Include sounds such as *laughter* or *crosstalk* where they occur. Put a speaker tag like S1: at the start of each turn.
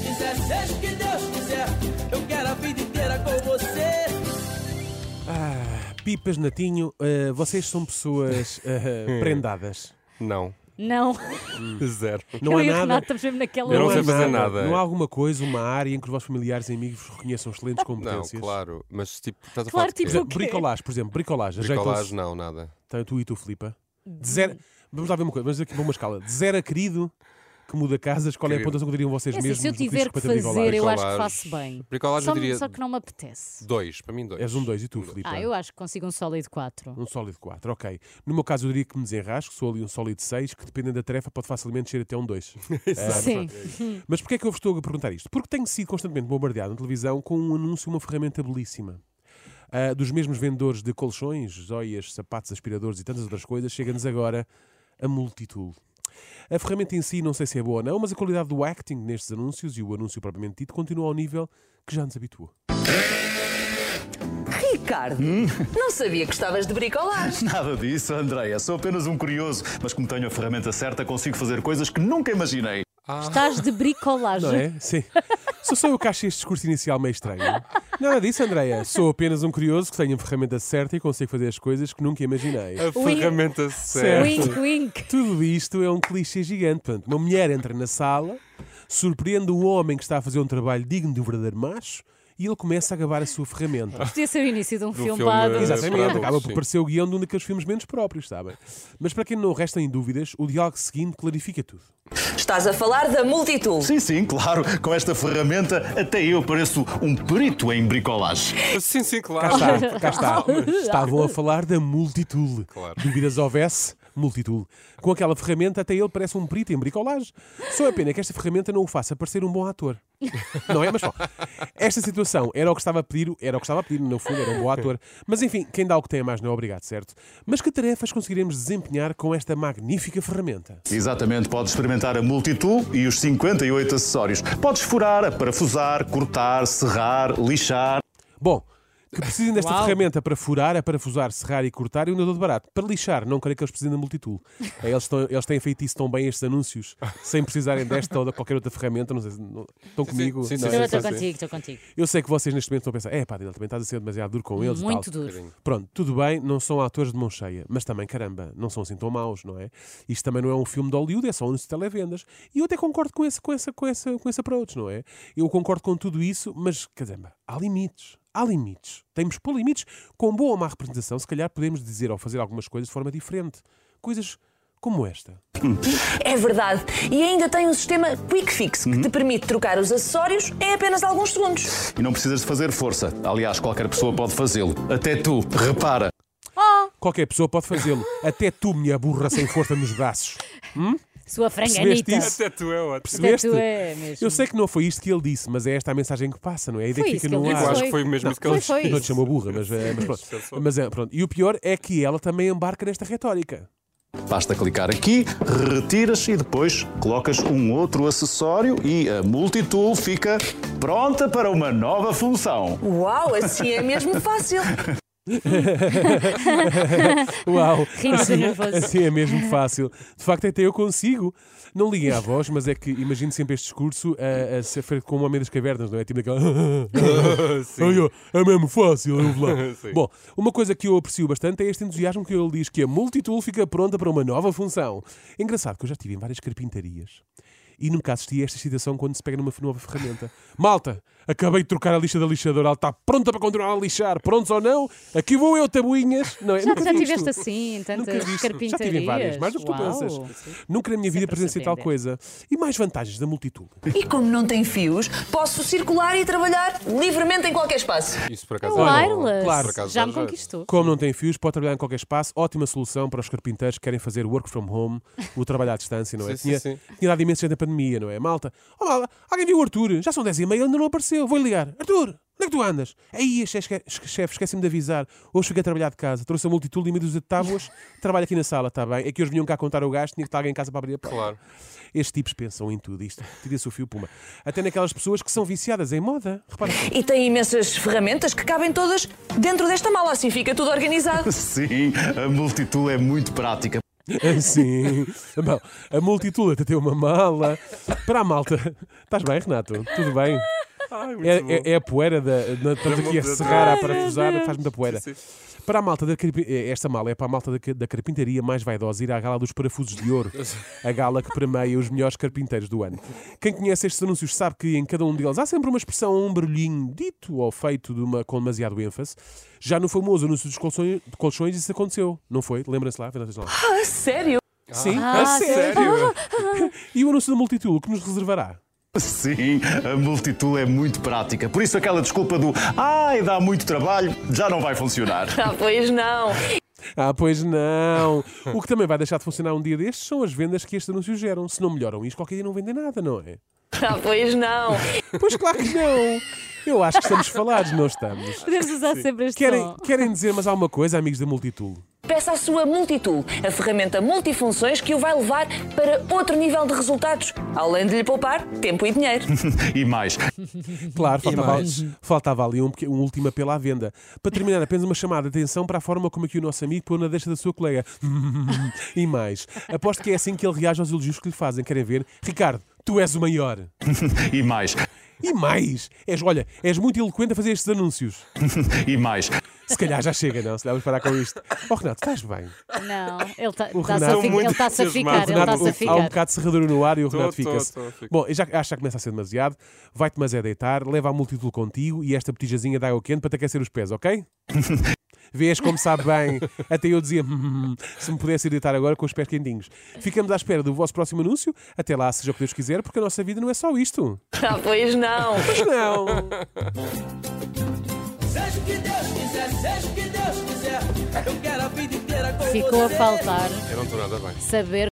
S1: quiser, seja o que Deus quiser. Eu quero a vida inteira com você.
S2: Ah, Pipas Natinho, ah, vocês são pessoas
S3: *laughs*
S2: ah, prendadas.
S3: Não,
S4: Não,
S3: Hum. zero.
S2: Não há
S4: *laughs* eu e o
S2: nada.
S4: Renato estamos mesmo naquela
S3: Eu não
S2: há
S4: onda.
S3: sei fazer nada.
S2: Não há alguma coisa, uma área em que os vossos familiares e amigos reconheçam excelentes
S3: Não,
S2: competências?
S3: claro. Mas tipo, estás a falar
S4: Claro,
S3: de quê?
S2: Por
S4: tipo, o
S2: exemplo,
S4: quê?
S2: bricolage, por exemplo, bricolage.
S3: bricolagem,
S2: Ajeitam-se.
S3: não, nada.
S2: Então, tu e tu, Filipa.
S4: Hum.
S2: De zero... Vamos lá ver uma coisa, vamos aqui para uma escala. De zero a querido, que muda casas, qual é a
S3: Querido.
S2: pontuação que diriam vocês
S4: É assim,
S2: mesmos?
S4: se eu
S2: do que diz
S4: tiver que
S2: respeito a
S4: fazer,
S2: bricolage?
S4: eu acho que
S3: Bricolage.
S4: faço bem.
S3: Bricolagem
S4: Só,
S3: eu diria
S4: só que não me apetece.
S3: dois, para mim dois.
S2: És um dois e tu, Filipa?
S4: Ah, eu acho que consigo um sólido 4.
S2: Um sólido 4, ok. No meu caso, eu diria que me desenrasco, sou ali um sólido 6, que dependendo da tarefa pode facilmente ser até um 2.
S4: Sim.
S2: Mas porquê é que eu vos estou a perguntar isto? Porque tenho sido constantemente bombardeado na televisão com um anúncio, uma ferramenta belíssima. Ah, dos mesmos vendedores de colchões, joias, sapatos, aspiradores e tantas outras coisas, chega-nos agora a multitude. A ferramenta em si não sei se é boa ou não, mas a qualidade do acting nestes anúncios e o anúncio propriamente dito continua ao nível que já nos habituou.
S5: Ricardo, não sabia que estavas de bricolagem.
S6: Nada disso, Andreia. Sou apenas um curioso, mas como tenho a ferramenta certa, consigo fazer coisas que nunca imaginei.
S4: Estás de bricolagem.
S2: Não é? Sim. Sou só eu que acho este discurso inicial meio estranho. Nada disso, Andreia. Sou apenas um curioso que tenho a ferramenta certa e consigo fazer as coisas que nunca imaginei.
S3: A
S4: Ui.
S3: ferramenta
S2: é?
S3: certa.
S4: Wink, wink.
S2: Tudo isto é um clichê gigante. Portanto, uma mulher entra na sala, surpreende um homem que está a fazer um trabalho digno de um verdadeiro macho e ele começa a acabar a sua
S3: *laughs*
S2: ferramenta.
S4: Podia ser o início de um
S3: Do
S4: filme
S3: filme-
S2: é?
S4: para adultos.
S3: Exato.
S2: Exatamente,
S3: Paradoxo,
S2: acaba por
S3: sim.
S2: parecer o guião de um daqueles filmes menos próprios, sabem? Mas para quem não restem dúvidas, o diálogo seguinte clarifica tudo.
S5: Estás a falar da multitude.
S6: Sim, sim, claro, com esta ferramenta até eu pareço um perito em bricolagem.
S3: Sim, sim,
S2: Cá
S3: claro. *laughs*
S2: está, cá está. Estavam a falar da multitude.
S3: Claro.
S2: Dúvidas houvesse, multitude. Com aquela ferramenta, até ele parece um perito em bricolagem. Só é pena que esta ferramenta não o faça parecer um bom ator. Não é? Mas bom, esta situação era o que estava a pedir, era o que estava a pedir, no fundo, era um bom ator. Mas enfim, quem dá o que tem a mais não é obrigado, certo? Mas que tarefas conseguiremos desempenhar com esta magnífica ferramenta?
S6: Exatamente, podes experimentar a multitul e os 58 acessórios. Podes furar, parafusar, cortar, serrar, lixar.
S2: Bom, que precisem desta ferramenta para furar, a parafusar, serrar e cortar e um nadador de barato. Para lixar, não creio que eles precisem da multitude. É, Eles, estão- eles têm feito isso tão bem, estes anúncios, sem precisarem desta ou de qualquer outra ferramenta. Não sei, se- não- estão comigo?
S3: sim,
S2: Não,
S3: sim,
S2: é?
S4: Eu
S3: sim,
S4: Então, estou
S3: sim.
S4: contigo, estou contigo.
S2: Eu sei que vocês neste momento estão a pensar, é pá, Daniel, também estás a ser demasiado duro com eles. e
S4: Muito
S2: tal."
S4: duro.
S2: Pronto, tudo bem, não são atores de mão cheia, mas também, caramba, não são assim tão maus, não é? Isto também não é um filme de Hollywood, é só um anúncio de televendas. E eu até concordo com esse, com essa, com essa, com esse approach, não é? Eu concordo com tudo isso, mas, caramba, há limites. Há limites. Temos por limites. Com boa ou má representação, se calhar podemos dizer ou fazer algumas coisas de forma diferente. Coisas como esta.
S5: É verdade. E ainda tem um sistema Quick Fix que te permite trocar os acessórios em apenas alguns segundos.
S6: E não precisas de fazer força. Aliás, qualquer pessoa pode fazê-lo. Até tu, repara.
S2: Qualquer pessoa pode
S4: *laughs*
S2: fazê-lo. Até tu, minha burra sem força nos braços.
S4: Sua
S2: Percebeste
S4: franganita.
S2: isso?
S3: Até tu é ótimo.
S2: Percebeste?
S4: tu é mesmo.
S2: Eu sei que não foi isto que ele disse, mas é esta a mensagem que passa, não é? A ideia
S4: Foi
S2: que
S4: isso
S2: fica
S4: que
S2: no
S4: ele
S2: ar.
S4: disse.
S3: Eu acho
S4: Foi.
S3: que foi mesmo isso que
S4: Foi,
S3: eles
S4: foi.
S2: Não te chamou burra, mas, é, mas pronto. Mas é, pronto. E o pior é que ela também embarca nesta retórica.
S6: Basta clicar aqui, retiras e depois colocas um outro acessório e a multitul fica pronta para uma nova função.
S5: Uau, assim é mesmo fácil.
S2: Uau!
S4: Rindo de nervoso.
S2: Assim é mesmo fácil. De facto, até eu consigo. Não liguem à voz, mas é que imagino sempre este discurso a, a ser feito com um homem das cavernas, não é? Tipo daquela. *laughs*
S3: *laughs*
S2: Ai, ó, é mesmo fácil, eu vou lá.
S3: Sim.
S2: Bom, uma coisa que eu aprecio bastante é este entusiasmo que ele diz que a multitul fica pronta para uma nova função. É engraçado que eu já estive em várias carpintarias e nunca assisti a esta situação quando se pega numa nova ferramenta. Malta, acabei de trocar a lixa da lixadora, ela está pronta para continuar a lixar. Prontos ou não? Aqui vou eu, tabuinhas. Não é?
S4: Já,
S2: Nunca
S4: já
S2: vi isto.
S4: tiveste assim, em tantas
S2: Nunca vi isto.
S4: carpintarias.
S2: Já tive em várias, mais do que tu
S4: Uau.
S2: pensas. Nunca na minha vida
S4: Sempre
S2: presenciei tal
S4: surpreendente.
S2: coisa. E mais vantagens da multitude.
S5: E como não tem fios, posso circular e trabalhar livremente em qualquer espaço.
S3: Isso por acaso
S4: É
S3: é
S4: O wireless.
S2: Claro.
S3: Por acaso é
S4: já me
S3: já-
S4: conquistou.
S2: Como não tem fios, pode trabalhar em qualquer espaço. Ótima solução para os carpinteiros que querem fazer work from home, o trabalho à distância, não é?
S3: Sim, sim,
S2: tinha,
S3: sim.
S2: tinha dado imenso gente na pandemia, não é? Malta, oh, malta, alguém viu o Arthur? Já são 10 e meia, ele ainda não apareceu. Vou-lhe ligar. Arthur, onde é que tu andas? Aí, chefe, chefe, esqueci-me de avisar. Hoje cheguei a trabalhar de casa. Trouxe a multitude e meia dúzia de
S3: *laughs*
S2: tábuas. Trabalho aqui na sala, está bem? É que hoje vinham cá contar o gasto, tinha que estar alguém em casa para abrir a porta.
S3: Claro.
S2: Estes tipos pensam em tudo isto. Tira-se o fio puma. Até naquelas pessoas que são viciadas em moda. Repara só.
S5: E tem imensas ferramentas que cabem todas dentro desta mala, assim fica tudo organizado.
S6: Sim, a
S2: *laughs*
S6: multitul é muito prática.
S2: Sim. Bom, a multitude até tem uma mala, Para a malta. Estás bem, Renato? Tudo bem?
S3: Ai, muito bom.
S2: É, é- é a poeira da. na- Estamos aqui a serrar, a
S3: Ai, meu
S2: parafusar, faz muita poeira.
S3: Sim,
S2: Para a malta da carpi- eh, esta mala é para a malta da, ca- da carpintaria mais vaidosa ir à gala dos parafusos de ouro, a gala que permeia os melhores carpinteiros do ano. Quem conhece estes anúncios sabe que em cada um deles há sempre uma expressão, um barulhinho dito ou feito de uma, com demasiado ênfase. Já no famoso anúncio dos colchões, de colchões isso aconteceu, não foi? Lembra-se lá, Fernanda Teixeira?
S5: Ah, sério?
S2: Sim,
S4: Ah,
S2: a sério.
S3: Sério?
S2: *laughs* E o anúncio do multitulo que nos reservará?
S6: Sim, a multitude é muito prática. Por isso aquela desculpa do ai, dá muito trabalho, já não vai funcionar. *laughs*
S5: Ah, pois não.
S2: Ah, pois *laughs* não. O que também vai deixar de funcionar um dia destes são as vendas que estes anúncios geram. Se não melhoram isto, qualquer dia não vendem nada, não é?
S5: Ah, pois não.
S2: Pois claro que não. Eu acho que estamos falados, não estamos.
S4: Podemos usar sempre este
S2: Querem,
S4: som.
S2: querem dizer mais alguma coisa, amigos da Multitulo?
S5: Peça à sua Multitool, a ferramenta multifunções que o vai levar para outro nível de resultados, além de lhe poupar tempo e dinheiro.
S6: E mais,
S2: Claro, faltava,
S3: mais?
S2: faltava ali um, pequ- um último apelo à venda. Para terminar, apenas uma chamada de atenção para a forma como aqui o nosso amigo pôs na deixa da sua colega. *laughs* E mais. Aposto que é assim que ele reage aos elogios que lhe fazem. Querem ver? Ricardo, tu és o maior.
S6: e mais,
S2: E mais. És, olha, és muito eloquente a fazer estes anúncios.
S6: e mais.
S2: Se calhar já chega, não? Se calhar vamos parar com isto. Oh, Renato, estás bem?
S4: Não, ele tá-
S2: O
S4: tá-se
S2: Renato-
S4: a fi-
S3: muito
S4: ele está-se a ficar,
S3: entusiasmado.
S4: ele
S2: Renato,
S4: está-se a
S2: há um
S4: ficar.
S2: bocado de serradura no ar e o
S3: Tô,
S2: Renato
S3: tô,
S2: fica-se.
S3: tô, fico.
S2: Bom, eu já, acho que já começa a ser demasiado. Vai-te, mas é deitar, leva a multidão contigo e esta botijazinha de água quente para te aquecer os pés,
S3: *laughs*
S2: ok? Vês como sabe bem. Até eu dizia, "Hum, se me pudesse ir deitar agora com os pés quentinhos. Ficamos à espera do vosso próximo anúncio. Até lá, seja o que Deus quiser, porque a nossa vida não é só isto.
S5: Ah, pois não.
S2: Mas não!
S1: Seja o que Deus quiser, seja o que Deus quiser. Eu quero a vida inteira com
S2: um
S4: Ficou a
S1: você.
S4: faltar
S3: Eu não estou nada bem.
S4: saber